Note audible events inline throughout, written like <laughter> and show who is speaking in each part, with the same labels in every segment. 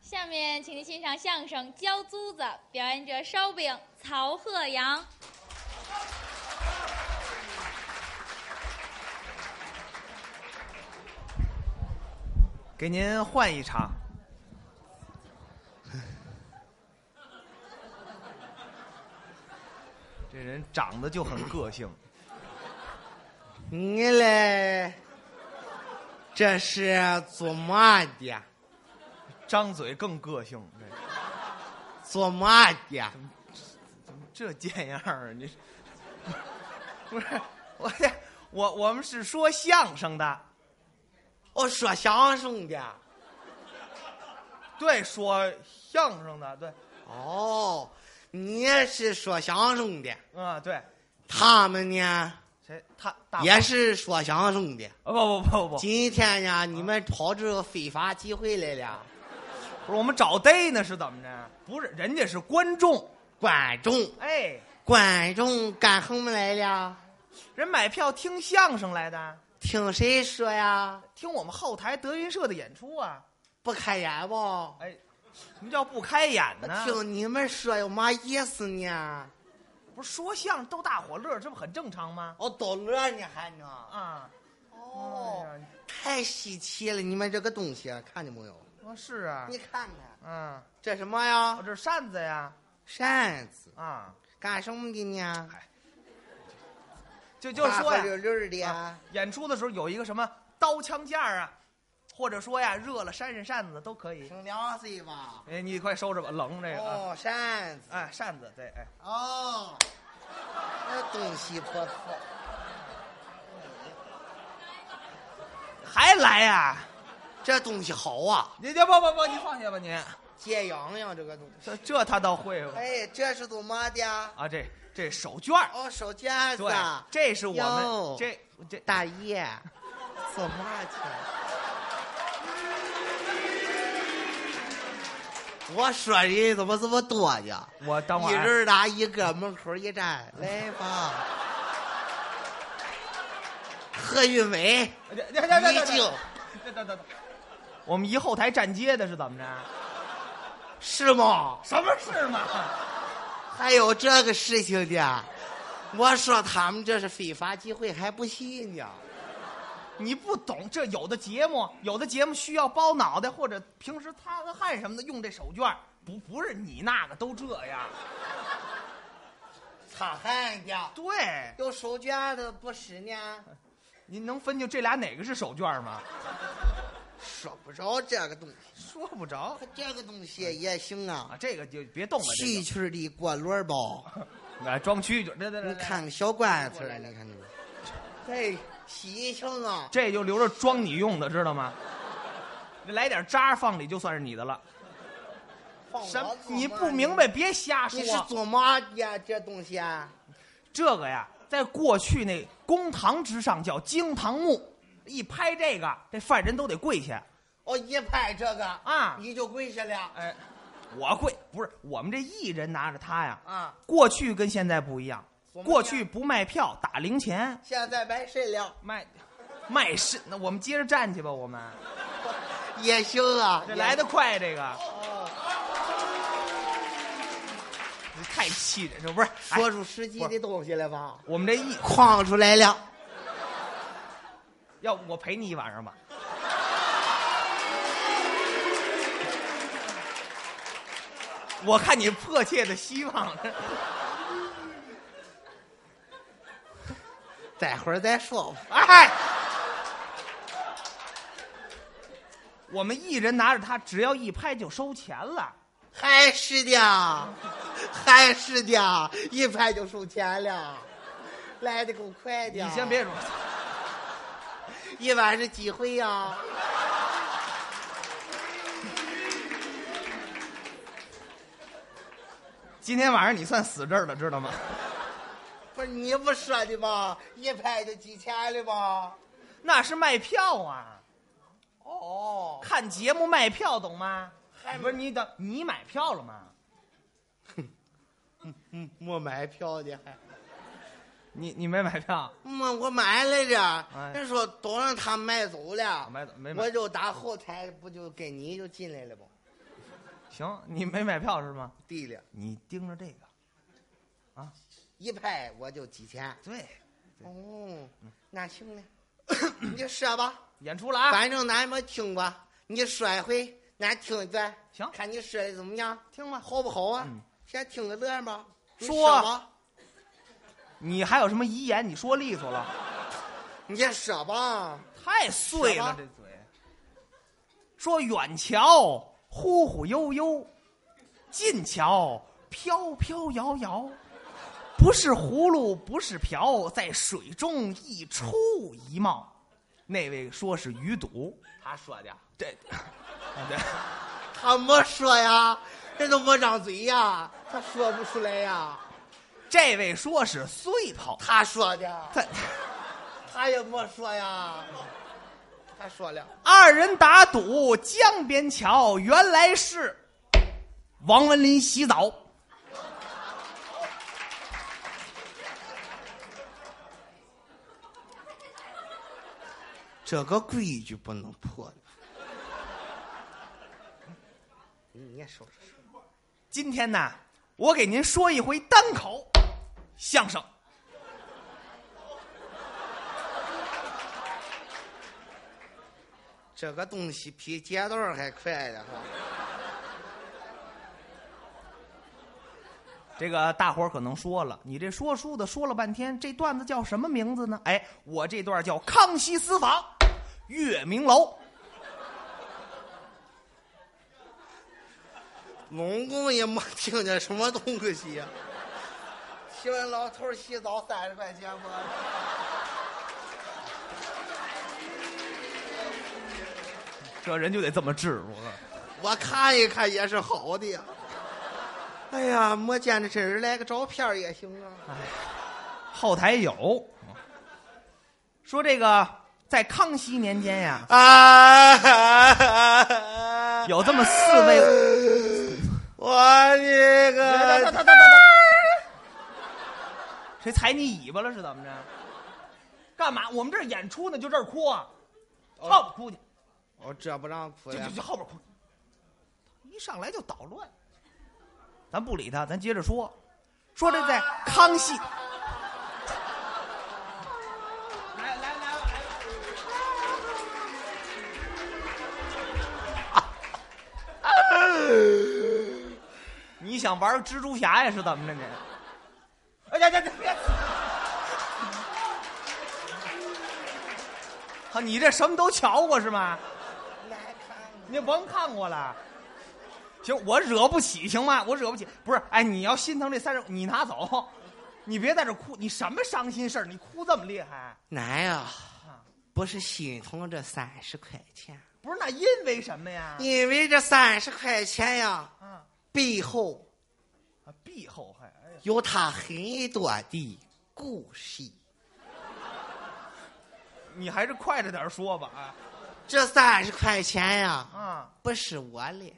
Speaker 1: 下面，请您欣赏相声《焦租子》，表演者烧饼曹鹤阳。
Speaker 2: 给您换一场。 <laughs> 这人长得就很个性，
Speaker 3: 你嘞，这是做嘛的？
Speaker 2: 张嘴更个性。这
Speaker 3: 做嘛的？
Speaker 2: 这贱样儿啊！你 <laughs> 不是我这我我们是说相声的，
Speaker 3: 我哦说相声的。
Speaker 2: 对，说相声的，对，
Speaker 3: 哦，你是说相声的，
Speaker 2: 啊、对，
Speaker 3: 他们呢
Speaker 2: 谁他大
Speaker 3: 也
Speaker 2: 是
Speaker 3: 是说相声的。
Speaker 2: 啊不不不不不，
Speaker 3: 今天呢，你们跑这个非法集会来了，
Speaker 2: 不是我们找逮呢是怎么着？不是，人家是观众，
Speaker 3: 观众，
Speaker 2: 哎，
Speaker 3: 观众干什么来了？
Speaker 2: 人买票听相声来的，
Speaker 3: 听谁说呀？
Speaker 2: 听我们后台德云社的演出啊。
Speaker 3: 不开眼不？
Speaker 2: 哎，什么叫不开眼呢？
Speaker 3: 听你们说有嘛意思呢？
Speaker 2: 不是说相声逗大伙乐，这不很正常吗？
Speaker 3: 我逗哦乐呢还呢。
Speaker 2: 啊，
Speaker 3: 哦
Speaker 2: 哎呀，
Speaker 3: 太稀奇了，你们这个东西看见没有？
Speaker 2: 啊是啊，
Speaker 3: 你看看
Speaker 2: 嗯，
Speaker 3: 这什么
Speaker 2: 我
Speaker 3: 呀？
Speaker 2: 这扇子呀，
Speaker 3: 扇子，
Speaker 2: 啊，
Speaker 3: 干什么的呢？
Speaker 2: 就就说
Speaker 3: 花花绿
Speaker 2: 呀，
Speaker 3: 绿的
Speaker 2: 啊演出的时候有一个什么刀枪架啊，或者说呀，热了扇扇扇子都可以。
Speaker 3: 挺凉水吧？
Speaker 2: 哎，你快收着吧，冷这个啊，
Speaker 3: 哦，扇子，
Speaker 2: 哎，扇子对，哎，
Speaker 3: 哦，那东西不错。
Speaker 2: 还来呀？
Speaker 3: 这东西好啊，
Speaker 2: 你这不不不，你放下吧你，
Speaker 3: 解痒痒这个东西。
Speaker 2: 这这他倒会吧？
Speaker 3: 哎，这是做嘛的？
Speaker 2: 啊，这这手绢儿
Speaker 3: 哦，手绢子啊
Speaker 2: 对。，这是我们
Speaker 3: 哟
Speaker 2: 这这
Speaker 3: 大爷，做嘛去？我说人怎么这么多呀？
Speaker 2: 我等会
Speaker 3: 一
Speaker 2: 儿啊
Speaker 3: 人拿一个，门口一站，来吧。何玉梅，
Speaker 2: 这这这这
Speaker 3: 一静
Speaker 2: 这这这，我们一后台站街的是怎么着？
Speaker 3: 是吗？
Speaker 2: 什么事嘛？
Speaker 3: 还有这个事情的？我说他们这是非法集会，还不信呢？
Speaker 2: 你不懂，这有的节目，有的节目需要包脑袋或者平时擦擦汗什么的，用这手绢儿，不不是你那个都这样。
Speaker 3: 擦汗的，
Speaker 2: 对，
Speaker 3: 有手绢的不是呢？
Speaker 2: 您能分清这俩哪个是手绢儿吗？
Speaker 3: 说不着这个东西，
Speaker 2: 说不着
Speaker 3: 这个东西也行啊
Speaker 2: 啊，。这个就别动了。
Speaker 3: 蛐
Speaker 2: 这
Speaker 3: 蛐的过轮吧，
Speaker 2: <laughs> 个，啊，装蛐蛐，这这这，
Speaker 3: 你
Speaker 2: 这，
Speaker 3: 看个小罐子了，你看这个，哎，喜庆啊！
Speaker 2: 这就留着装你用的，知道吗？ <laughs> 来点渣放里就算是你的了。什么？你不明白，别瞎说。
Speaker 3: 你是做嘛的呀？这东西啊，
Speaker 2: 这个呀，在过去那公堂之上叫惊堂木，一拍这个，这犯人都得跪下。
Speaker 3: 哦，一拍这个
Speaker 2: 啊
Speaker 3: 你就跪下了
Speaker 2: 哎，我跪不是我们这艺人拿着它呀，
Speaker 3: 啊！
Speaker 2: 过去跟现在不一样，
Speaker 3: 怎么样
Speaker 2: 过去不卖票打零钱，
Speaker 3: 现在白睡了
Speaker 2: 卖卖身。那我们接着站去吧，我们
Speaker 3: 也行啊，
Speaker 2: 这来
Speaker 3: 的
Speaker 2: 得快，这个
Speaker 3: 哦，
Speaker 2: 你太气人，这不是哎
Speaker 3: 说出实际的东西来吧，
Speaker 2: 我们这艺
Speaker 3: 框出来了。
Speaker 2: 要我陪你一晚上吧？我看你迫切的希望，
Speaker 3: 待会儿再说吧。
Speaker 2: 哎，我们一人拿着它，只要一拍就收钱了。
Speaker 3: 还是的，还是的，一拍就收钱了，来的够快的。
Speaker 2: 你先别，说，
Speaker 3: 一晚是几回呀、
Speaker 2: 今天晚上你算死这儿了，知道吗？
Speaker 3: 不是你不说的吗？一拍就几千了吧？
Speaker 2: 那是卖票啊，
Speaker 3: 哦，
Speaker 2: 看节目卖票，懂吗
Speaker 3: 嗨？
Speaker 2: 不是你等你买票了吗？
Speaker 3: 嗯，我买票的还，
Speaker 2: 你你没买票？
Speaker 3: 嗯，我买来着
Speaker 2: 哎。
Speaker 3: 人说都让啊他买走了，
Speaker 2: 买走没买
Speaker 3: 我就打后台不就跟你就进来了不？
Speaker 2: 行，你没买票是吗？啊
Speaker 3: 地了，
Speaker 2: 你盯着这个，
Speaker 3: 一拍我就几千。
Speaker 2: 对，
Speaker 3: 哦，那行了， <coughs> 你就说吧，
Speaker 2: 演出了啊！
Speaker 3: 反正咱没听过，你说一回，咱听一段，
Speaker 2: 行
Speaker 3: 看你说的怎么样，
Speaker 2: 听吧，
Speaker 3: 好不好啊
Speaker 2: 嗯？
Speaker 3: 先听个乐吧。你
Speaker 2: 说
Speaker 3: 吧，
Speaker 2: 你还有什么遗言？你说利索了，
Speaker 3: 你先说吧。
Speaker 2: 太碎
Speaker 3: 什
Speaker 2: 了
Speaker 3: 么
Speaker 2: 这嘴。说远瞧忽忽悠悠，近瞧飘飘摇摇，不是葫芦不是瓢，在水中一出一冒。那位说是鱼肚，
Speaker 3: 他说的，
Speaker 2: 这， <laughs> 对，
Speaker 3: 他没说呀，这都没张嘴呀，他说不出来呀。
Speaker 2: 这位说是碎头，
Speaker 3: 他说的，
Speaker 2: 他
Speaker 3: 他也没说呀。他说了，
Speaker 2: 二人打赌江边桥，原来是王文林洗澡。
Speaker 3: 这个规矩不能破你也说说。
Speaker 2: 今天呢，我给您说一回单口相声。
Speaker 3: 这个东西比剪刀还快的哈。
Speaker 2: 这个大伙儿可能说了，你这说书的说了半天，这段子叫什么名字呢？哎，我这段叫《康熙私访》，月明楼。
Speaker 3: 拢共也没听见什么东西呀、请问老头儿洗澡三十块钱不？
Speaker 2: 这人就得这么治，我告诉你
Speaker 3: 我看一看也是好的呀。哎呀，没见着真人，来个照片儿也行啊。
Speaker 2: 后台有说这个在康熙年间呀，
Speaker 3: <laughs> 啊！
Speaker 2: 有这么四位。
Speaker 3: 我的个，
Speaker 2: 谁踩你尾巴了是怎么着？干嘛？我们这儿演出呢，就这儿哭啊，后边哭去，
Speaker 3: 我这不让哭
Speaker 2: 就
Speaker 3: 呀
Speaker 2: 就！就后边哭。一上来就捣乱，咱不理他，咱接着说，说这在康熙。来来来吧， <laughs> 你想玩蜘蛛侠呀？是怎么着你？哎呀呀呀！ <laughs> 别！啊，你这什么都瞧过是吗？
Speaker 3: 来看
Speaker 2: 你甭看我了。行，我惹不起，行吗？我惹不起。不是，哎，你要心疼这三十，你拿走，你别在这哭。你什么伤心事儿？你哭这么厉害？
Speaker 3: 难呀，不是心疼这三十块钱，
Speaker 2: 不是，那因为什么呀？
Speaker 3: 因为这三十块钱呀，
Speaker 2: 啊
Speaker 3: 背后
Speaker 2: 啊，必后还哎呀，
Speaker 3: 有他很多的故事。
Speaker 2: 你还是快着点说吧啊
Speaker 3: 这三十块钱呀，
Speaker 2: 啊，
Speaker 3: 不是我的，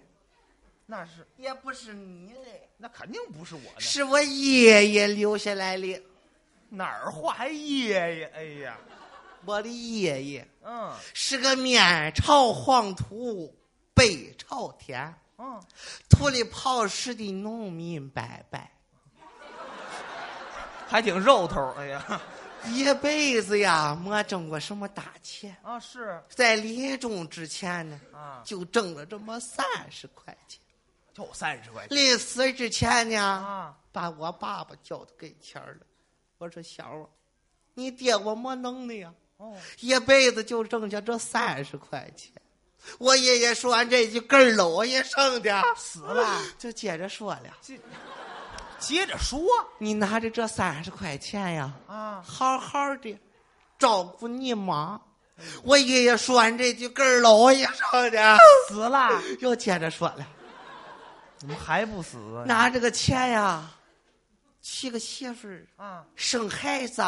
Speaker 2: 那是
Speaker 3: 也不是你的，
Speaker 2: 那肯定不是我的，
Speaker 3: 是我爷爷留下来的。
Speaker 2: 哪儿话还爷爷？哎呀，
Speaker 3: 我的爷爷
Speaker 2: 嗯
Speaker 3: 是个面朝黄土背朝天，
Speaker 2: 嗯，
Speaker 3: 土里刨食的农民伯伯，
Speaker 2: 还挺肉头儿。哎呀
Speaker 3: 一辈子呀没挣过什么大钱，
Speaker 2: 啊是
Speaker 3: 在临终之前呢，
Speaker 2: 啊，
Speaker 3: 就挣了这么三十块钱。
Speaker 2: 就三十块钱
Speaker 3: 临死之前呢，
Speaker 2: 啊，
Speaker 3: 把我爸爸叫到跟前儿了，我说小啊，你爹我没能耐呀，
Speaker 2: 哦，
Speaker 3: 一辈子就挣下这三十块钱。我爷爷说完这句，咯儿搂一声的
Speaker 2: 死了，
Speaker 3: 就接着说了
Speaker 2: 接接着说：“
Speaker 3: 你拿着这三十块钱呀，
Speaker 2: 啊。
Speaker 3: 好好的照顾你妈。”我爷爷说完这句，咯儿搂一声的
Speaker 2: 死了，
Speaker 3: 又接着说了
Speaker 2: 怎么还不死啊：“
Speaker 3: 拿这个钱呀，娶个媳妇儿，
Speaker 2: 啊，
Speaker 3: 生孩子，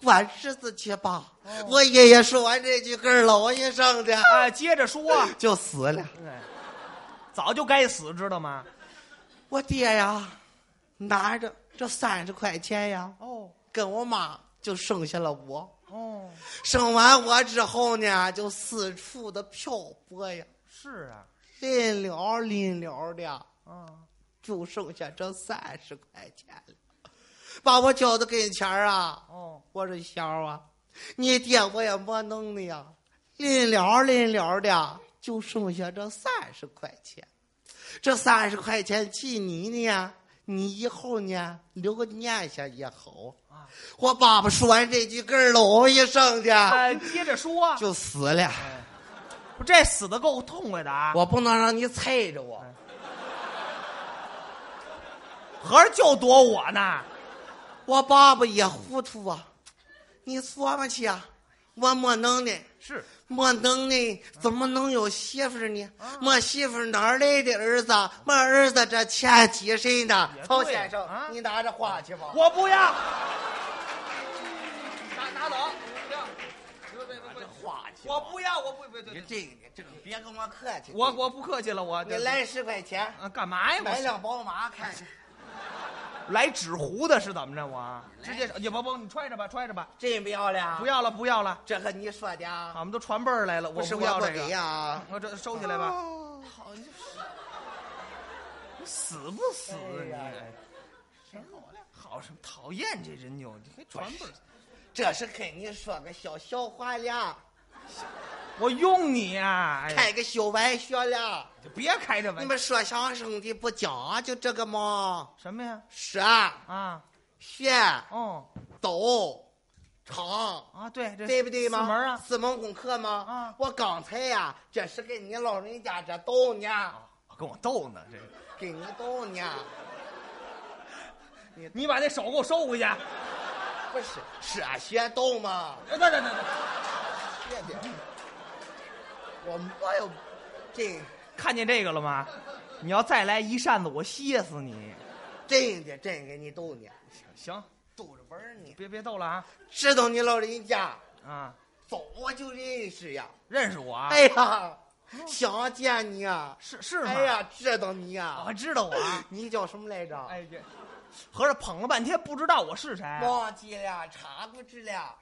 Speaker 3: 过日子去吧。我爷爷说完这句，咯儿搂一声的
Speaker 2: 哎，接着说，
Speaker 3: 就死了。
Speaker 2: 哎早就该死，知道吗？
Speaker 3: 我爹呀，拿着这三十块钱呀，
Speaker 2: 哦
Speaker 3: 跟我妈就生下了我。
Speaker 2: 哦，
Speaker 3: 生完我之后呢，就四处的漂泊呀，
Speaker 2: 是啊，
Speaker 3: 临了临了的啊，就剩下这三十块钱了。把我叫到跟前儿啊，
Speaker 2: 哦，
Speaker 3: 我说小儿啊，你爹我也没弄的呀，临了临了的，就剩下这三十块钱。这三十块钱记你的呀，你以后呢留个念想也好。
Speaker 2: 啊
Speaker 3: 我爸爸说完这句，咯儿喽一声的
Speaker 2: 呃，接着说，哎
Speaker 3: 就死了。
Speaker 2: 不这死的够痛快的啊！
Speaker 3: 我不能让你猜
Speaker 2: 哎
Speaker 3: 着我，
Speaker 2: 合着就躲我呢，
Speaker 3: 我爸爸也糊涂啊。你琢磨去啊，我没能耐。
Speaker 2: 是
Speaker 3: 没能耐，怎么能有媳妇儿呢？
Speaker 2: 嗯
Speaker 3: 没媳妇儿哪儿来的儿子？没儿子这钱几谁的
Speaker 2: 也？对
Speaker 3: 曹先生
Speaker 2: 啊，
Speaker 3: 你拿着花去吧。
Speaker 2: 我不要。
Speaker 4: 拿拿走，行，别别别，
Speaker 3: 花去
Speaker 4: 我不要，我不不对，
Speaker 3: 这个这个别跟我客气，
Speaker 2: 嗯我我不客气了，我
Speaker 3: 你来十块钱，
Speaker 2: 啊干嘛呀？
Speaker 3: 买
Speaker 2: 我
Speaker 3: 辆宝马看看。
Speaker 2: 来纸糊的是怎么着？我啊直接也不不，你揣着吧，揣着吧，
Speaker 3: 真不要了？
Speaker 2: 不，要了，不要了，
Speaker 3: 这和你说的啊
Speaker 2: 俺，们都传辈儿来了，我
Speaker 3: 不是
Speaker 2: 要
Speaker 3: 我不
Speaker 2: 这
Speaker 3: 给
Speaker 2: 个，
Speaker 3: 呀。
Speaker 2: 我这收起来吧，
Speaker 3: 哦好，你
Speaker 2: 死不死啊
Speaker 3: 哎
Speaker 2: 你
Speaker 3: 呀？
Speaker 2: 真好了，好什么？讨厌这人就你还传
Speaker 3: 哎
Speaker 2: 辈儿，
Speaker 3: 这是跟你说个小笑话了，
Speaker 2: <laughs> 我用你呀！哎呀哎
Speaker 3: 开个小玩笑了。
Speaker 2: 就别开这
Speaker 3: 你
Speaker 2: 玩笑，
Speaker 3: 们说相声的不讲究这个吗？
Speaker 2: 什么呀？
Speaker 3: 是。
Speaker 2: 啊，
Speaker 3: 学
Speaker 2: 哦
Speaker 3: 抖长，
Speaker 2: 啊，对，这
Speaker 3: 对不对吗？
Speaker 2: 四门儿啊，
Speaker 3: 四门功课吗？
Speaker 2: 啊
Speaker 3: 我刚才呀、这是跟你老人家这逗呢，
Speaker 2: 啊跟我逗呢，这个。
Speaker 3: 给你逗呢。
Speaker 2: 你把那手给我收回去。哎
Speaker 3: 不是是啊学逗吗？
Speaker 2: 等等等等，
Speaker 3: 学的，我哎没有真
Speaker 2: 看见这个了吗？你要再来一扇子，我歇死你！
Speaker 3: 真的真给你逗呢，
Speaker 2: 行，
Speaker 3: 逗着玩儿呢。
Speaker 2: 别别逗了啊
Speaker 3: 知道你老人家
Speaker 2: 啊！
Speaker 3: 早就认识呀。
Speaker 2: 认识我啊？
Speaker 3: 哎呀，想见你啊！
Speaker 2: 是是吗？
Speaker 3: 哎呀，知道你呀、
Speaker 2: 我还知道我啊！
Speaker 3: 你叫什么来着？
Speaker 2: 哎呀，合着捧了半天不知道我是谁。
Speaker 3: 忘记了，查过去了，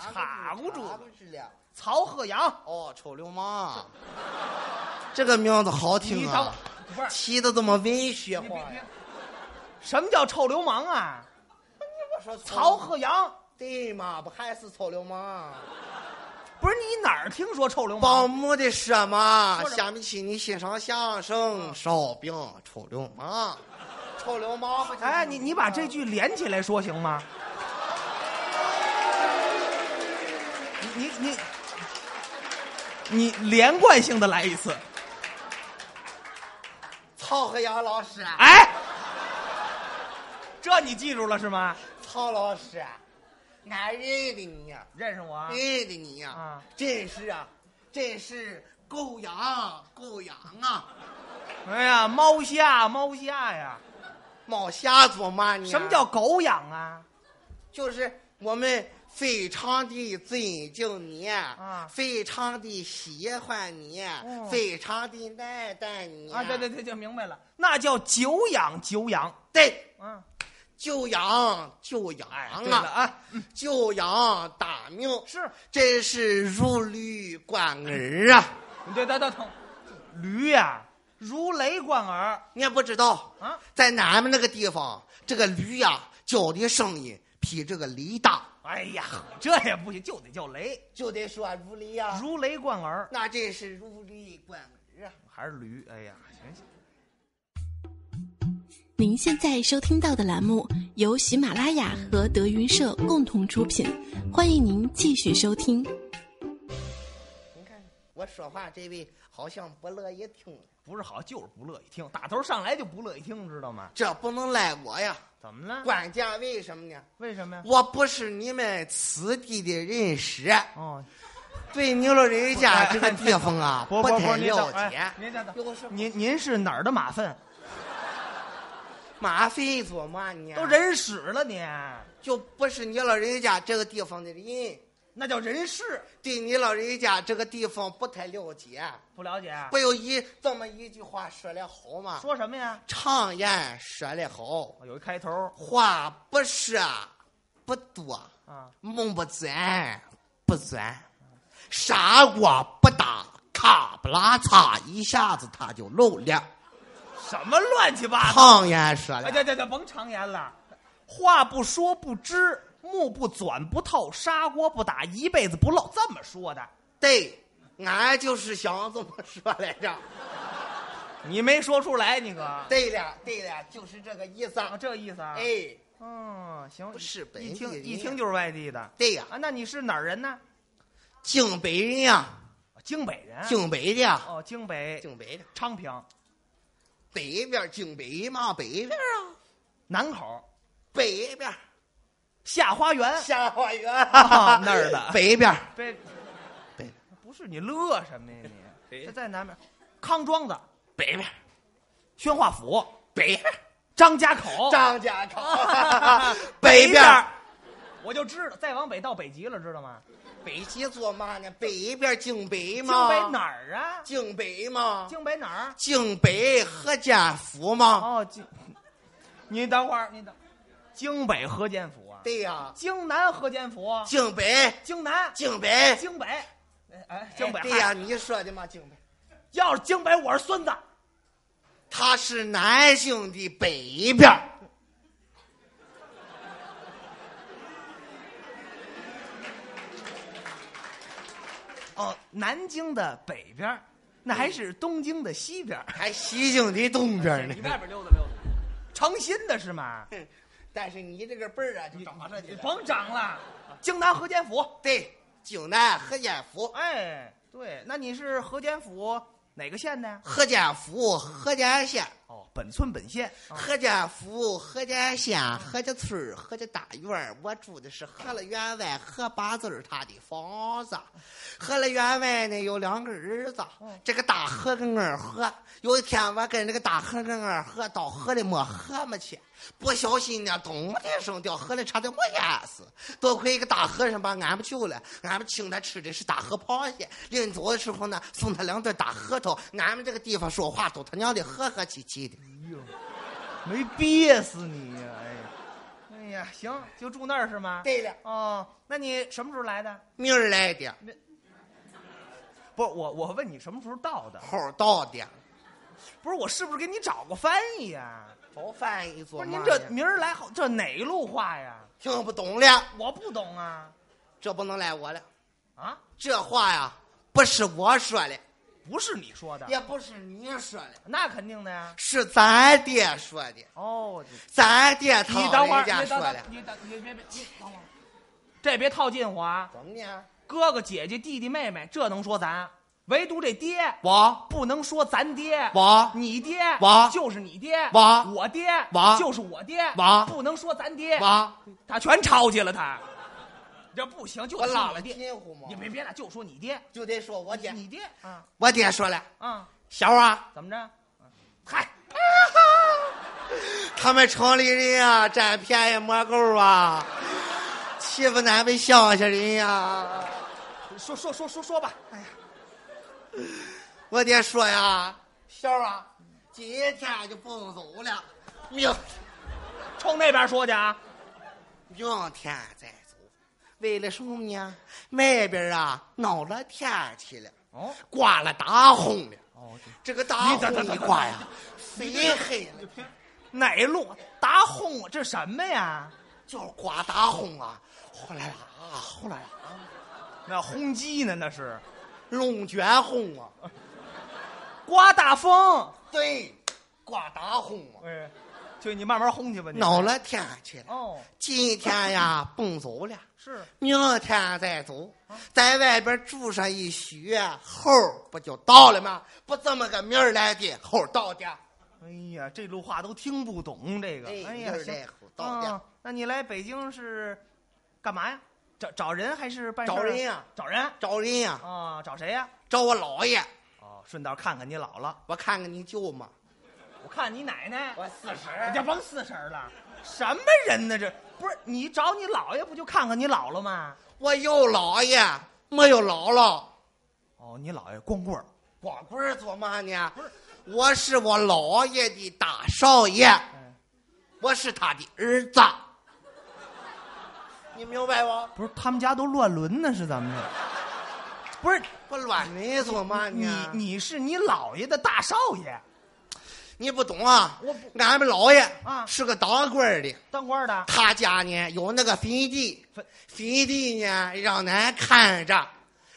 Speaker 3: 查
Speaker 2: 过去了
Speaker 3: 查过去了。
Speaker 2: 曹鹤阳，
Speaker 3: 哦，臭流氓，这个名字好
Speaker 2: 你
Speaker 3: 听
Speaker 2: 等我
Speaker 3: 啊，
Speaker 2: 不是
Speaker 3: 起的这么文学化呀。
Speaker 2: 什么叫臭流氓啊？
Speaker 3: 我说
Speaker 2: 曹哦鹤阳
Speaker 3: 对嘛，不还是臭流氓？
Speaker 2: 不是你哪儿听说臭流
Speaker 3: 保
Speaker 2: 氓？
Speaker 3: 姆的说嘛
Speaker 2: 说，什么
Speaker 3: 下面请你欣赏相
Speaker 2: 哦
Speaker 3: 声《烧饼臭流氓》。臭流氓不就是
Speaker 2: 哎，你你把这句连起来说行吗？你你你，你连贯性的来一次。
Speaker 3: 曹和杨老啊师，
Speaker 2: 哎，这你记住了是吗？
Speaker 3: 曹老师，俺认得你呀。
Speaker 2: 认识我啊
Speaker 3: 认得你呀、
Speaker 2: 啊
Speaker 3: 真是啊，真是狗养狗养啊，
Speaker 2: 哎呀，猫下猫下呀！
Speaker 3: 猫瞎做嘛你啊、
Speaker 2: 什么叫狗养啊？
Speaker 3: 就是我们非常的尊敬你，
Speaker 2: 啊
Speaker 3: 非常的喜欢你，啊
Speaker 2: 哦
Speaker 3: 非常的爱戴你
Speaker 2: 啊，对对对，就明白了，那叫久仰久仰。
Speaker 3: 对，
Speaker 2: 啊，
Speaker 3: 就养就养
Speaker 2: 哎，
Speaker 3: 啊，
Speaker 2: 对了啊，嗯
Speaker 3: 就养大名，
Speaker 2: 是，
Speaker 3: 真是如雷贯耳啊！
Speaker 2: 对，等等等，驴呀、如雷贯耳
Speaker 3: 你也不知道
Speaker 2: 啊！
Speaker 3: 在俺们那个地方，这个驴呀、叫的声音比这个雷大，
Speaker 2: 哎呀，这也不行，就得叫雷，
Speaker 3: 就得说如雷呀、
Speaker 2: 如雷贯耳，
Speaker 3: 那真是如雷贯耳啊！
Speaker 2: 还是驴？哎呀，行行。
Speaker 5: 您现在收听到的栏目由喜马拉雅和德云社共同出品，欢迎您继续收听。
Speaker 3: 你看我说话，这位好像不乐意听，
Speaker 2: 不是好，就是不乐意听。打头上来就不乐意听，知道吗？
Speaker 3: 这不能赖我呀！
Speaker 2: 怎么了？
Speaker 3: 关键为什么呢？
Speaker 2: 为什么呀？
Speaker 3: 我不是你们此地的人士，
Speaker 2: 哦，
Speaker 3: 对你老人家这个地方 <laughs> 啊，
Speaker 2: 不不
Speaker 3: 太
Speaker 2: 不，您
Speaker 3: 了
Speaker 2: 等，
Speaker 3: 解。
Speaker 2: 哎您等等，
Speaker 3: 有什么
Speaker 2: 您您是哪儿的马粪？
Speaker 3: 马粪做嘛呢？
Speaker 2: 都人屎了你，
Speaker 3: 就不是你老人家这个地方的人。
Speaker 2: 那叫人事，
Speaker 3: 对你老人家这个地方不太了解，啊
Speaker 2: 不了解？啊
Speaker 3: 不有一这么一句话说的好吗？
Speaker 2: 说什么呀？
Speaker 3: 常言说的好，
Speaker 2: 哦有一开头
Speaker 3: 话不说不多，
Speaker 2: 啊，
Speaker 3: 梦不钻不钻，傻瓜不打嚓不拉嚓，一下子他就露脸。
Speaker 2: 什么乱七八糟？
Speaker 3: 常言说
Speaker 4: 哎，
Speaker 3: 了，
Speaker 4: 对对对，甭常言了，
Speaker 2: 话不说不知，目不转不透，砂锅不打一辈子不漏，这么说的。
Speaker 3: 对，俺就是想这么说来着。
Speaker 2: 你没说出来，你可
Speaker 3: 对了，对了，就是这个意思。
Speaker 2: 哦
Speaker 4: 啊，这意思啊。，
Speaker 3: 哎，
Speaker 2: 嗯，行，
Speaker 3: 不是本
Speaker 2: 一
Speaker 3: 地
Speaker 2: 听
Speaker 3: 人
Speaker 2: 一
Speaker 3: 呀
Speaker 2: 听就是外地的
Speaker 3: 对呀，
Speaker 2: 啊。那你是哪儿人呢？
Speaker 3: 京北人呀，
Speaker 2: 京北人。啊
Speaker 3: 京北的呀，
Speaker 2: 哦，京北，
Speaker 3: 京北的，
Speaker 2: 昌平
Speaker 3: 北边京北嘛，北边啊，
Speaker 2: 南口
Speaker 3: 北边
Speaker 2: 下花园。
Speaker 3: 下花园
Speaker 2: 啊那儿的
Speaker 3: 北边
Speaker 2: 北
Speaker 3: 北
Speaker 2: 不是你乐什么呀你？这在南边，康庄子、
Speaker 3: 北边
Speaker 2: 宣化府、
Speaker 3: 北边
Speaker 2: 张家口。
Speaker 3: 张家口
Speaker 2: 北 <laughs> 边
Speaker 3: 北边
Speaker 2: 儿我就知道，再往北到北极了，知道吗？
Speaker 3: 北极做嘛呢？北边京北
Speaker 2: 京
Speaker 3: 嘛，
Speaker 2: 北哪儿啊？
Speaker 3: 京北嘛，
Speaker 2: 京北哪儿？
Speaker 3: 京北河间府嘛，
Speaker 2: 哦，京，你等会儿，你等，京北河间府啊，
Speaker 3: 对呀，
Speaker 2: 京南河间府，
Speaker 3: 京北
Speaker 2: 京南，
Speaker 3: 京北
Speaker 2: 京北，哎哎，京北，
Speaker 3: 哎对呀，你说的嘛，京北，
Speaker 2: 要是京北，我是孙子，
Speaker 3: 它是南京的北边儿。
Speaker 2: 哦，南京的北边儿，那还是东京的西边儿，
Speaker 3: 还西京的东边
Speaker 4: 你
Speaker 3: 呢。
Speaker 4: 外边溜达溜达，
Speaker 2: 成心的是吗？
Speaker 3: 但是你这个辈儿啊，就长上去
Speaker 4: 你
Speaker 3: 了。
Speaker 4: 甭长了。
Speaker 2: 京南河间府，
Speaker 3: 对，济南河间府，
Speaker 2: 哎，对，那你是河间府哪个县的呀？
Speaker 3: 河间府，河间县，
Speaker 2: 哦，本村本县，
Speaker 3: 河间府，河间县，河家村儿，河家大院儿。我住的是河了员外河八字儿他的房子。河了员外呢有两个儿子，这个大河跟二河。有一天我跟这个大河跟二河到河里摸河么去，不小心呢咚的一声掉河里，差点没淹死。多亏一个大和尚把俺们救了，俺们请他吃的是大河螃蟹，临走的时候呢送他两对大核桃。俺们这个地方说话都他娘的和和气气的。
Speaker 2: 没憋死你呀！哎呀，哎呀，行，就住那儿是吗？
Speaker 3: 对了。
Speaker 2: 哦，那你什么时候来的？
Speaker 3: 明儿来的，
Speaker 2: 不是我，我问你什么时候到的？
Speaker 3: 后到的，
Speaker 2: 不是我，是不是给你找个翻译呀、
Speaker 3: 早饭一做
Speaker 2: 不是
Speaker 3: 嘛
Speaker 2: 您
Speaker 3: 呢
Speaker 2: 这明儿来好，这哪路话呀？
Speaker 3: 听不懂了，
Speaker 2: 我不懂啊！
Speaker 3: 这不能赖我了。
Speaker 2: 啊，
Speaker 3: 这话呀，不是我说的，
Speaker 2: 不是你说的，
Speaker 3: 也不是你说的，
Speaker 2: 那肯定的呀。
Speaker 3: 是咱爹说的，
Speaker 2: 哦，
Speaker 3: 咱爹他
Speaker 2: 你等会儿，
Speaker 3: 人家
Speaker 2: 你
Speaker 3: 说
Speaker 2: 等
Speaker 3: 的
Speaker 2: 等，。你等，你别别，你等会儿，这别套近乎啊！
Speaker 3: 怎么呢？
Speaker 2: 哥哥、姐姐、弟弟、妹妹，这能说咱？唯独这爹，
Speaker 3: 我
Speaker 2: 不能说咱爹，
Speaker 3: 我
Speaker 2: 你爹，
Speaker 3: 我
Speaker 2: 就是你爹，
Speaker 3: 我
Speaker 2: 我爹，
Speaker 3: 我
Speaker 2: 就是我爹，
Speaker 3: 我
Speaker 2: 不能说咱爹，
Speaker 3: 我
Speaker 2: 他全抄去了，他，这不行，就
Speaker 3: 我
Speaker 2: 说
Speaker 3: 拉
Speaker 2: 我
Speaker 3: 了
Speaker 2: 爹，
Speaker 3: 近乎吗？
Speaker 2: 你别别了，就说你爹，
Speaker 3: 就得说我爹，
Speaker 2: 你爹，啊
Speaker 3: 我爹说了，
Speaker 2: 啊，
Speaker 3: 小啊，
Speaker 2: 怎么着？嗨，
Speaker 3: <laughs> 他们城里人啊，占便宜摸够啊，欺负咱们乡下人呀、
Speaker 2: 说说说说说吧，哎呀，
Speaker 3: 我爹说呀，小啊，今天就甭走了，明
Speaker 2: 冲那边说去啊！
Speaker 3: 明天再走。为了什么呢？外边啊闹了天气了，
Speaker 2: 哦
Speaker 3: 刮了大风了。
Speaker 2: 哦，
Speaker 3: 这个大
Speaker 2: 你等
Speaker 3: 风
Speaker 2: 等
Speaker 3: 一刮呀，飞黑了，
Speaker 2: 哪路打哄我？这什么呀？
Speaker 3: 就是刮大风啊，呼啦啦，呼啦啦，
Speaker 2: 那轰击呢？那是
Speaker 3: 啊龙卷风啊，
Speaker 2: 刮大风，
Speaker 3: 对，刮大风啊，
Speaker 2: 哎，就你慢慢轰去吧，你
Speaker 3: 闹了天气了。
Speaker 2: 哦，
Speaker 3: 今天呀甭走了。
Speaker 2: 是
Speaker 3: 明天再走，在外边住上一宿，后儿不就到了吗？不这么个明儿来的，后儿到的。
Speaker 2: 哎呀，这路话都听不懂，这个。
Speaker 3: 哎
Speaker 2: 哎呀，
Speaker 3: 就是
Speaker 2: 行
Speaker 3: 这口道调
Speaker 2: 啊那你来北京是干嘛呀？找找人还是办事儿
Speaker 3: 找人呀
Speaker 2: 找人啊、
Speaker 3: 找人呀、
Speaker 2: 哦找谁呀、
Speaker 3: 找我姥爷，
Speaker 2: 哦，顺道看看你姥姥，
Speaker 3: 我看看你舅妈。
Speaker 2: 我看你奶奶。
Speaker 3: 四十，
Speaker 2: 你就甭四十了，什么人呢？这不是你找你姥爷不就看看你姥姥吗？
Speaker 3: 我有姥爷，没有姥姥。
Speaker 2: 哦，你姥爷光棍儿。
Speaker 3: 光棍儿做嘛呢？我是我姥爷的大少爷，我是他的儿子。你明白不？
Speaker 2: 不是，他们家都乱伦呢，是怎么的？不是
Speaker 3: 不乱你做嘛
Speaker 2: 你
Speaker 3: 呢？
Speaker 2: 你是你姥爷的大少爷，
Speaker 3: 你不懂啊！
Speaker 4: 我不
Speaker 3: 俺们老爷
Speaker 4: 啊
Speaker 3: 是个当官儿的，
Speaker 4: 当官的
Speaker 3: 他家呢有那个坟地
Speaker 4: 坟，
Speaker 3: 坟地呢让咱看着，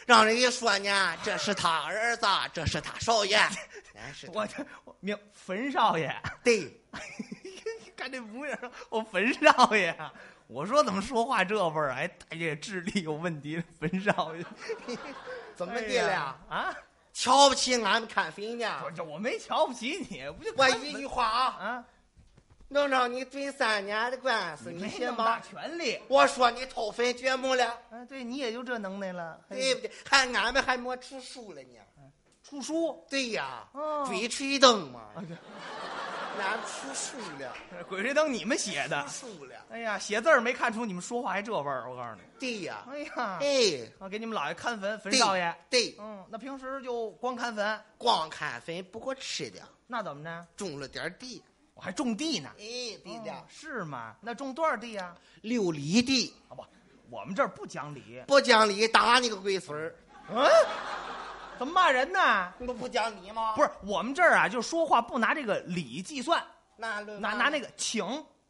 Speaker 3: 让人家说呢这是他儿子，这是他少爷，咱是
Speaker 2: 我我明坟少爷， <laughs>
Speaker 3: 对。
Speaker 2: 你看这模样，我坟少爷，我说怎么说话这味儿？哎，大爷智力有问题，坟少爷
Speaker 3: 怎么
Speaker 2: 哎
Speaker 3: 地了呀
Speaker 2: 呀？啊？
Speaker 3: 瞧不起俺们看啊坟呢
Speaker 2: 我？这我没瞧不起你，不就
Speaker 3: 我一句话啊，
Speaker 2: 啊？
Speaker 3: 弄上你蹲三年的官司，你
Speaker 4: 没
Speaker 3: 信
Speaker 4: 那么大
Speaker 3: 吗？
Speaker 4: 权力。
Speaker 3: 我说你偷坟掘墓了，
Speaker 2: 哎
Speaker 4: 啊，对你也就这能耐了。嘿
Speaker 3: 对不对？还俺们还没出书了呢。
Speaker 2: 出书，
Speaker 3: 对呀
Speaker 4: 哦，
Speaker 3: 追锤灯嘛，
Speaker 4: 对
Speaker 3: 俺们出书了，
Speaker 2: 《鬼吹灯》你们写的
Speaker 3: 出。书了。
Speaker 2: 哎呀，写字儿没看出你们说话还这味儿，我告诉你。
Speaker 3: 对呀，
Speaker 4: 哎呀，
Speaker 3: 哎，
Speaker 2: 啊，给你们姥爷看坟，坟
Speaker 3: 对
Speaker 2: 少爷。
Speaker 3: 对，
Speaker 4: 嗯，那平时就光看坟，
Speaker 3: 光看坟不够吃的，
Speaker 4: 那怎么着？
Speaker 3: 种了点地。
Speaker 2: 我还种地呢。嗯
Speaker 3: 哎，对
Speaker 4: 哦
Speaker 3: 的，
Speaker 4: 是吗？那种多少地呀？
Speaker 3: 六里地
Speaker 2: 啊不，我们这儿不讲理。
Speaker 3: 不讲理，打你个龟孙儿！
Speaker 2: 嗯，
Speaker 4: 怎么骂人呢？
Speaker 3: 你不不讲理吗？
Speaker 2: 不是，我们这儿啊，就说话不拿这个理计算，
Speaker 3: 那论
Speaker 2: 拿拿那个请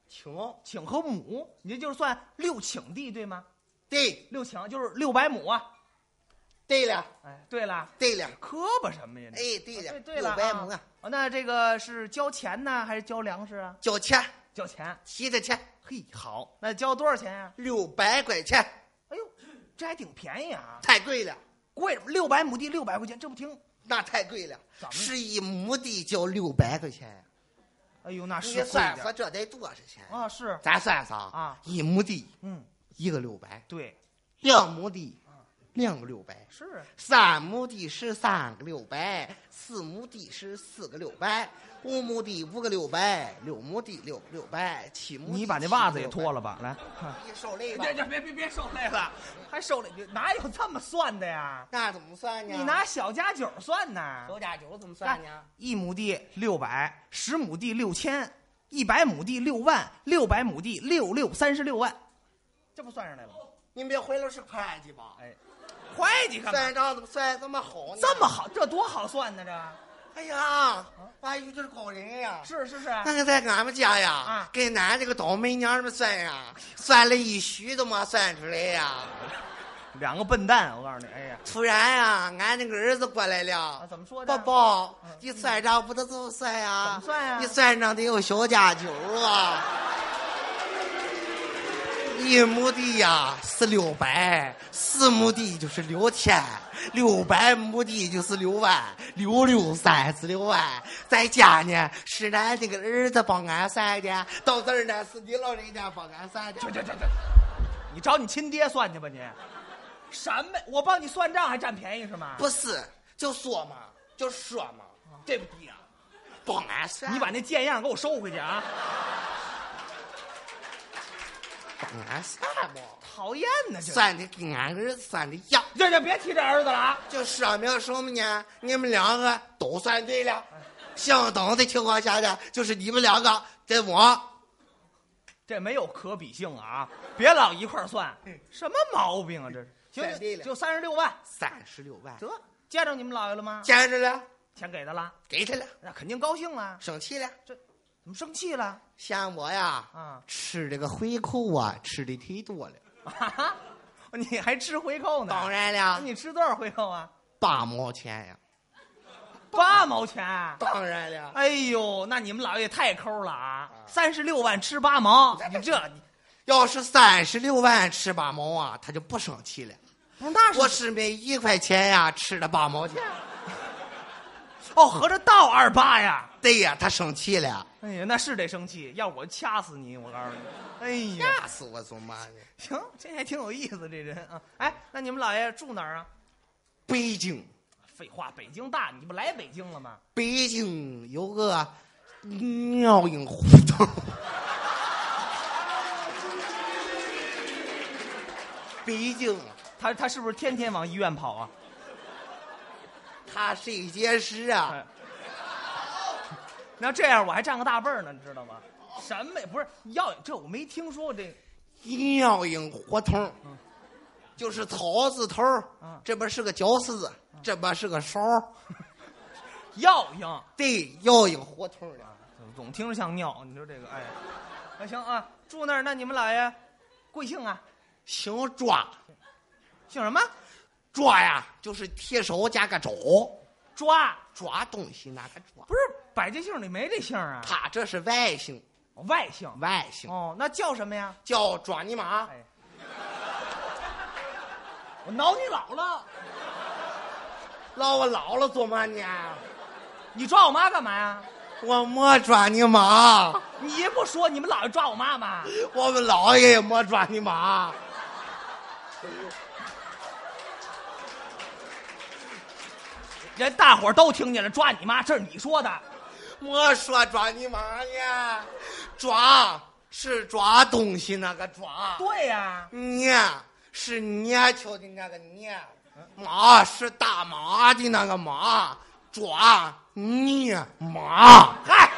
Speaker 3: 穷，
Speaker 2: 请和亩，你这就是算六顷地对吗？
Speaker 3: 对
Speaker 2: 六顷就是六百亩啊。
Speaker 3: 对了，
Speaker 2: 哎，对了，
Speaker 3: 对了。
Speaker 2: 磕巴什么呀？你
Speaker 3: 哎，对
Speaker 4: 对
Speaker 3: 的，
Speaker 4: 对了
Speaker 3: 六百亩
Speaker 4: 啊
Speaker 3: 啊，
Speaker 4: 啊那这个是交钱呢，还是交粮食啊？
Speaker 3: 交钱，
Speaker 4: 交钱。
Speaker 3: 提的钱，
Speaker 2: 嘿，好，
Speaker 4: 那交多少钱呀、
Speaker 3: 六百块钱，
Speaker 4: 哎呦，这还挺便宜啊！
Speaker 3: 太贵了，
Speaker 2: 贵六百亩地六百块钱，这不听？
Speaker 3: 那太贵了
Speaker 4: 怎，么
Speaker 3: 是一亩地交六百块钱，
Speaker 4: 哎呦，那
Speaker 3: 你
Speaker 4: 是贵
Speaker 3: 算
Speaker 4: 点
Speaker 3: 算这得多少钱？
Speaker 4: 啊！是，
Speaker 3: 咱算算
Speaker 4: 啊，
Speaker 3: 一亩地
Speaker 4: 嗯，
Speaker 3: 一个六百，
Speaker 4: 对，
Speaker 3: 两亩地两个六百，
Speaker 4: 是啊
Speaker 3: 三亩地是三个六百，四亩地是四个六百，五亩地五个六百，六亩地六六百，七亩地
Speaker 2: 你把那袜子也脱
Speaker 3: 了，
Speaker 2: 了吧，来。
Speaker 3: 你受累吧
Speaker 4: 这，这别别别受累了，还受累？哪有这么算的呀？
Speaker 3: 那怎么算呢？
Speaker 4: 你拿小加九算呢？
Speaker 3: 手甲九怎么算呢？
Speaker 2: 一亩地六百，十亩地六千，一百亩地六万，六百亩地六六三十六万。
Speaker 4: 这不算上来了吗？
Speaker 3: 你别回来是会计吧？
Speaker 4: 哎，会计干嘛？
Speaker 3: 算账怎么算这么好呢？
Speaker 4: 这么好，这多好算呢？这
Speaker 3: 哎呀，哎呦，这是高人呀！
Speaker 4: 是是是，
Speaker 3: 那个在俺们家呀，
Speaker 4: 啊
Speaker 3: 给俺这个倒霉娘们算呀，算了一宿都没算出来呀。
Speaker 2: 两个笨蛋，我告诉你，哎呀，
Speaker 3: 突然呀，俺那个儿子过来了，
Speaker 4: 啊怎么说的啊嗯
Speaker 3: 宝宝，你算账不得这么算呀？
Speaker 4: 怎么算呀
Speaker 3: 你算账得有小加九啊。 <laughs> 一亩地呀是六百，四亩地就是六千，六百亩地就是六万，六六三十六万。在家呢是俺那个儿子帮俺算的，到这儿呢是你老人家帮俺算的。
Speaker 4: 这这这，
Speaker 2: 你找你亲爹算去吧你。
Speaker 4: 什么？我帮你算账还占便宜是吗？
Speaker 3: 不是，就说嘛，就说嘛，
Speaker 4: 对不对呀？
Speaker 3: 帮俺算。
Speaker 2: 你把那贱样给我收回去啊！
Speaker 3: 帮俺算嘛。
Speaker 2: 讨厌呢，这。
Speaker 3: 算的跟俺儿子算的一样，
Speaker 4: 这这别提这儿子了啊！
Speaker 3: 就说明什么呢？你们两个都算对了，相等的情况下呢，就是你们两个跟我
Speaker 2: 这没有可比性啊！别老一块儿算，什么毛病啊这是？
Speaker 3: 算对
Speaker 2: 行，
Speaker 3: 嗯了
Speaker 2: 就三十六万，
Speaker 3: 三十六万，
Speaker 2: 得见着你们姥爷了吗？
Speaker 3: 见着了，
Speaker 2: 钱给他了，
Speaker 3: 给他了，
Speaker 2: 那肯定高兴啊！
Speaker 3: 生气了，
Speaker 2: 怎么生气了？
Speaker 3: 嫌我呀，
Speaker 2: 啊 <laughs>
Speaker 3: 吃这个回扣啊，吃的忒多了。
Speaker 2: 哈哈，你还吃回扣呢？
Speaker 3: 当然了，
Speaker 2: 你吃多少回扣啊？
Speaker 3: 八毛钱呀，
Speaker 2: 八毛钱。
Speaker 3: 当然了，
Speaker 2: 哎呦，那你们姥爷也太抠了啊！三十六万吃八毛，你这你
Speaker 3: 要是三十六万吃八毛啊，他就不生气了。
Speaker 2: 不是那
Speaker 3: 我是每一块钱呀吃了八毛钱，
Speaker 2: 哦，合着到二八呀！
Speaker 3: 对呀，他生气了，
Speaker 2: 哎呀，那是得生气，要我掐死你！我告诉你，哎呀，
Speaker 3: 吓死我他妈的！
Speaker 2: 行，这还挺有意思，这人啊。哎，那你们姥爷住哪儿啊？
Speaker 3: 北京，
Speaker 2: 废话，北京大，你不来北京了吗？
Speaker 3: 北京有个妙影胡同。北京，
Speaker 2: 他他是不是天天往医院跑啊？
Speaker 3: 他谁结实啊？
Speaker 2: 哎那这样我还占个大辈儿呢，你知道吗？什么也不是要这我没听说过这
Speaker 3: 妙影胡同，就是草字头儿
Speaker 2: 嗯
Speaker 3: 这边是个绞丝子，这边是个勺儿，
Speaker 2: 药应，
Speaker 3: 对，要有胡同儿的。
Speaker 2: 啊总听着像尿。你说这个，哎，那行啊，住那儿，那你们老爷贵姓啊？
Speaker 3: 行抓
Speaker 2: 姓什么？
Speaker 3: 抓呀，就是铁手加个爪，
Speaker 2: 抓，
Speaker 3: 抓东西那个抓。
Speaker 2: 不是百家姓里没这姓啊，
Speaker 3: 他这是外姓，
Speaker 2: 哦外姓。
Speaker 3: 外姓
Speaker 2: 哦，那叫什么呀？
Speaker 3: 叫抓你妈。
Speaker 2: 哎，我挠你姥姥，
Speaker 3: 老我姥姥做嘛呢？
Speaker 2: 你抓我妈干嘛呀？
Speaker 3: 我没抓你妈，
Speaker 2: 你不说，你们姥爷抓我妈吗？
Speaker 3: 我们老爷也没抓你妈。
Speaker 2: 人大伙儿都听见了，抓你妈，这是你说的。
Speaker 3: 我说抓你妈呀，抓是抓东西那个抓，
Speaker 2: 对呀、
Speaker 3: 捏是捏鳅的那个捏，马是大马的那个马，抓捏马。
Speaker 2: 嗨，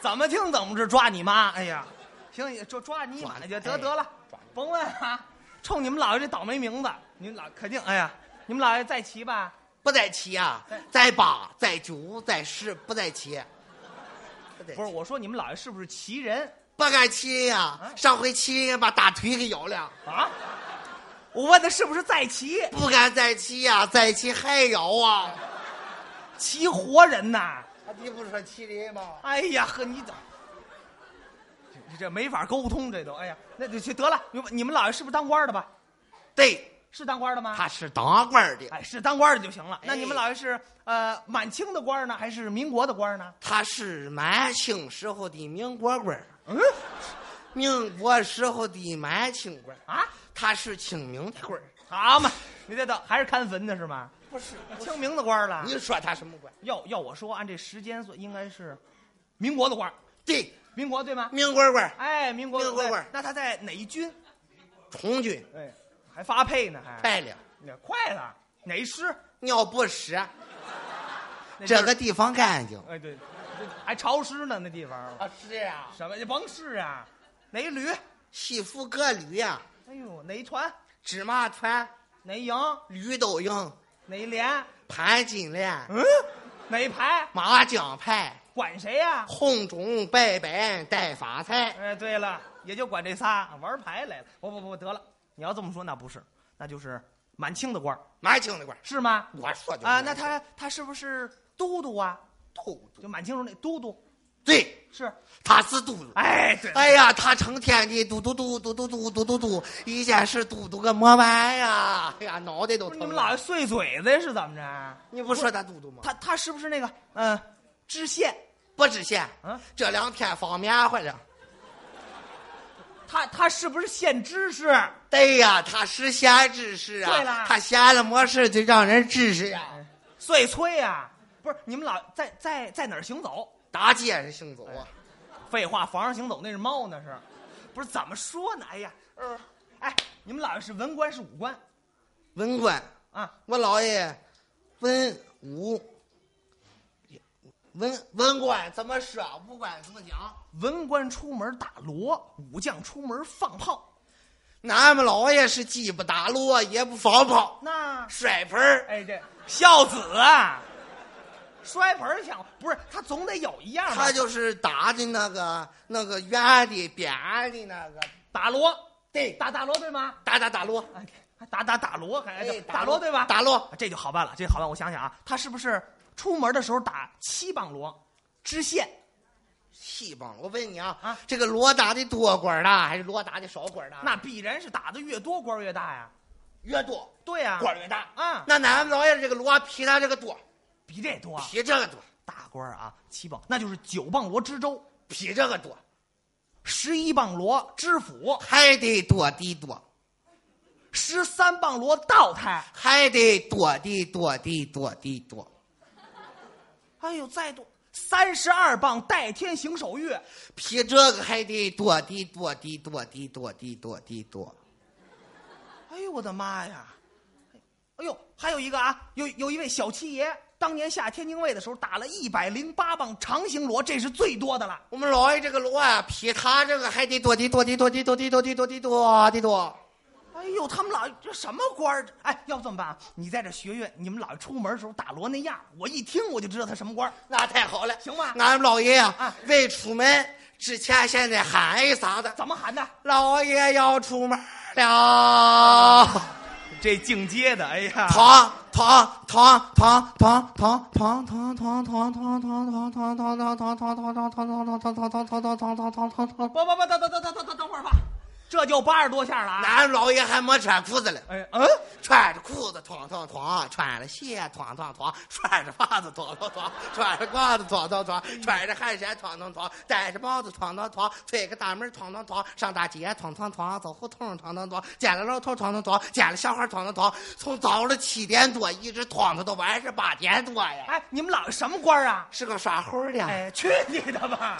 Speaker 2: 怎么听怎么是抓你妈！哎呀，行，也就抓你妈
Speaker 3: 抓
Speaker 2: 了，
Speaker 3: 你
Speaker 2: 就
Speaker 3: 哎
Speaker 2: 得得了，甭问啊。冲你们姥爷这倒霉名字，你们老肯定哎呀，你们姥爷在骑吧？
Speaker 3: 不在七啊
Speaker 2: 在，
Speaker 3: 在八，在九，在十，不在七。
Speaker 2: 不是，我说你们姥爷是不是骑人
Speaker 3: 不敢骑呀、上回骑把大腿给咬了，
Speaker 2: 啊？我问的是不是在骑？
Speaker 3: 不敢再骑呀、再骑还咬啊！
Speaker 2: 骑活人呐？
Speaker 3: 你不是说骑人吗？
Speaker 2: 哎呀呵，你怎这这没法沟通，这都哎呀，那就去得了。你们你们姥爷是不是当官的吧？
Speaker 3: 对，
Speaker 2: 是当官的吗？
Speaker 3: 他是当官的，
Speaker 2: 哎，是当官的就行了。那你们
Speaker 3: 哎
Speaker 2: 老爷是呃满清的官呢，还是民国的官呢？
Speaker 3: 他是满清时候的民国官儿，
Speaker 2: 嗯
Speaker 3: 民国时候的满清官儿，
Speaker 2: 啊，
Speaker 3: 他是清明的官儿。
Speaker 2: 好嘛，你这等还是看坟的是吗？
Speaker 3: 不是，
Speaker 2: 清明的官了。
Speaker 3: 你说他什么官？
Speaker 2: 要要我说，按这时间算，应该是民国的官，
Speaker 3: 对，
Speaker 2: 民国对吗？
Speaker 3: 民国官儿，
Speaker 2: 哎，民国的
Speaker 3: 嗯民国官
Speaker 2: 哎那他在哪一军？
Speaker 3: 充军
Speaker 2: 哎，还发配呢，还
Speaker 3: 败了，
Speaker 2: 那快了，哪一师？
Speaker 3: 尿不湿，
Speaker 2: 那地
Speaker 3: 这
Speaker 2: 儿
Speaker 3: 个地方干净
Speaker 2: 哎对，这还潮湿呢，那地方
Speaker 3: 啊！是啊，
Speaker 2: 什么？你甭是啊，哪一旅？
Speaker 3: 西服革履呀，
Speaker 2: 哎呦，哪一团？
Speaker 3: 芝麻团。
Speaker 2: 哪一营？
Speaker 3: 吕斗英、
Speaker 2: 哪一连？
Speaker 3: 潘金莲、
Speaker 2: 嗯，哪一排？
Speaker 3: 麻将牌、
Speaker 2: 管谁呀、
Speaker 3: 红中拜拜带发财，
Speaker 2: 哎，对了，也就管这仨玩牌来了。不不不，得了，你要这么说，那不是，那就是满清的官儿
Speaker 3: 满清的官儿
Speaker 2: 是吗？
Speaker 3: 我说就是
Speaker 2: 啊，那他他是不是都督啊？
Speaker 3: 都督，
Speaker 2: 就满清时候那都督
Speaker 3: 对，
Speaker 2: 是？
Speaker 3: 他是都督。
Speaker 2: 哎，对，
Speaker 3: 哎呀，他成天的嘟嘟嘟嘟嘟嘟嘟嘟嘟，一件事嘟嘟个没完呀！哎呀，脑袋都
Speaker 2: 不是
Speaker 3: 疼
Speaker 2: 你们
Speaker 3: 了。
Speaker 2: 老爷碎嘴子呀是怎么着？啊
Speaker 3: 你不说他嘟嘟吗？
Speaker 2: 他他是不是那个嗯、呃知县？
Speaker 3: 不知县
Speaker 2: 啊，
Speaker 3: 这两天放棉花了。
Speaker 2: 他他是不是县知事？
Speaker 3: 对哎呀，他是闲知识啊。
Speaker 2: 对了
Speaker 3: 他闲了没事就让人知识呀，
Speaker 2: 碎催呀、不是，你们老在在在哪儿行走？
Speaker 3: 大街上行
Speaker 2: 哎
Speaker 3: 走啊。
Speaker 2: 废话，房上行走那是猫那是，不是怎么说呢？哎呀，呃，哎，你们老爷是文官是武官
Speaker 3: 文官
Speaker 2: 啊？
Speaker 3: 我姥爷文武文文官怎么说？武官怎么讲？
Speaker 2: 文官出门打锣，武将出门放炮。
Speaker 3: 俺们姥爷是既不打锣，也不放炮，
Speaker 2: 那
Speaker 3: 摔盆儿。
Speaker 2: 哎，这孝子啊，摔盆儿像不是他总得有一样吧
Speaker 3: 他就是打的那个那个圆的扁的那个，
Speaker 2: 打锣，
Speaker 3: 对，打
Speaker 2: 打打锣对吗？
Speaker 3: 打打打锣，
Speaker 2: 哎，还打打打锣，还
Speaker 3: 哎，
Speaker 2: 打锣对吧？
Speaker 3: 打锣，
Speaker 2: 哦这就好办了，这就好办。我想想啊，他是不是出门的时候打七磅锣，知县？
Speaker 3: 细棒。我问你啊，
Speaker 2: 啊
Speaker 3: 这个锣打的多管儿大还是锣打的少管儿大？
Speaker 2: 那必然是打的越多官儿越大呀。
Speaker 3: 越多
Speaker 2: 对呀、
Speaker 3: 官儿越大
Speaker 2: 啊
Speaker 3: 那俺们姥爷这个锣比他这个多，
Speaker 2: 比这多
Speaker 3: 比这个多，
Speaker 2: 大官儿啊，七磅，那就是九磅罗知州，
Speaker 3: 比这个多，
Speaker 2: 十一磅罗知府，
Speaker 3: 还得多的多。
Speaker 2: 十三磅罗道台。
Speaker 3: 还得躲的躲的躲的躲，
Speaker 2: 哎呦，再多三十二磅代天行手钺，
Speaker 3: 比这个还得躲的躲的躲的躲的躲的躲。
Speaker 2: 哎呦我的妈呀！哎呦，还有一个啊，有有一位小七爷，当年下天津卫的时候打了一百零八磅长形螺，这是最多的了。
Speaker 3: 我们老爱这个螺啊，比他这个还得多的多的多的多的多的多的多的多。
Speaker 2: 哎呦，他们老这什么官儿？哎，要不这么办啊？你在这学学，你们老爷出门的时候打锣那样，我一听我就知道他什么官儿。
Speaker 3: 那太好了，
Speaker 2: 行吧
Speaker 3: 俺们老爷呀、
Speaker 2: 啊
Speaker 3: 为出门之前现在喊一嗓子，
Speaker 2: 怎么喊的？
Speaker 3: 老爷要出门了，
Speaker 6: 这净街的，哎
Speaker 2: 啊
Speaker 6: 呀，
Speaker 3: 堂堂堂堂堂堂堂堂堂堂堂堂堂堂堂堂堂堂堂堂堂堂堂堂堂堂堂堂堂堂堂。
Speaker 2: 不不不，等等等等等等等会儿吧，这就八十多下了啊！
Speaker 3: 俺老爷还没穿裤子嘞，
Speaker 2: 哎嗯，
Speaker 3: 穿着裤子哐哐哐，穿着鞋哐哐哐，穿着袜子哐哐哐，穿着褂子哐哐哐，穿着汗衫哐哐哐，戴着帽子哐哐哐，推个大门哐哐哐，上大街哐哐哐，走胡同哐哐哐，见了老头哐哐哐，见了小孩哐哐哐，从早上七点多一直哐到到晚上八点多呀。
Speaker 2: 哎，你们老爷什么官儿啊？
Speaker 3: 是个耍猴的，
Speaker 2: 哎，去你的吧！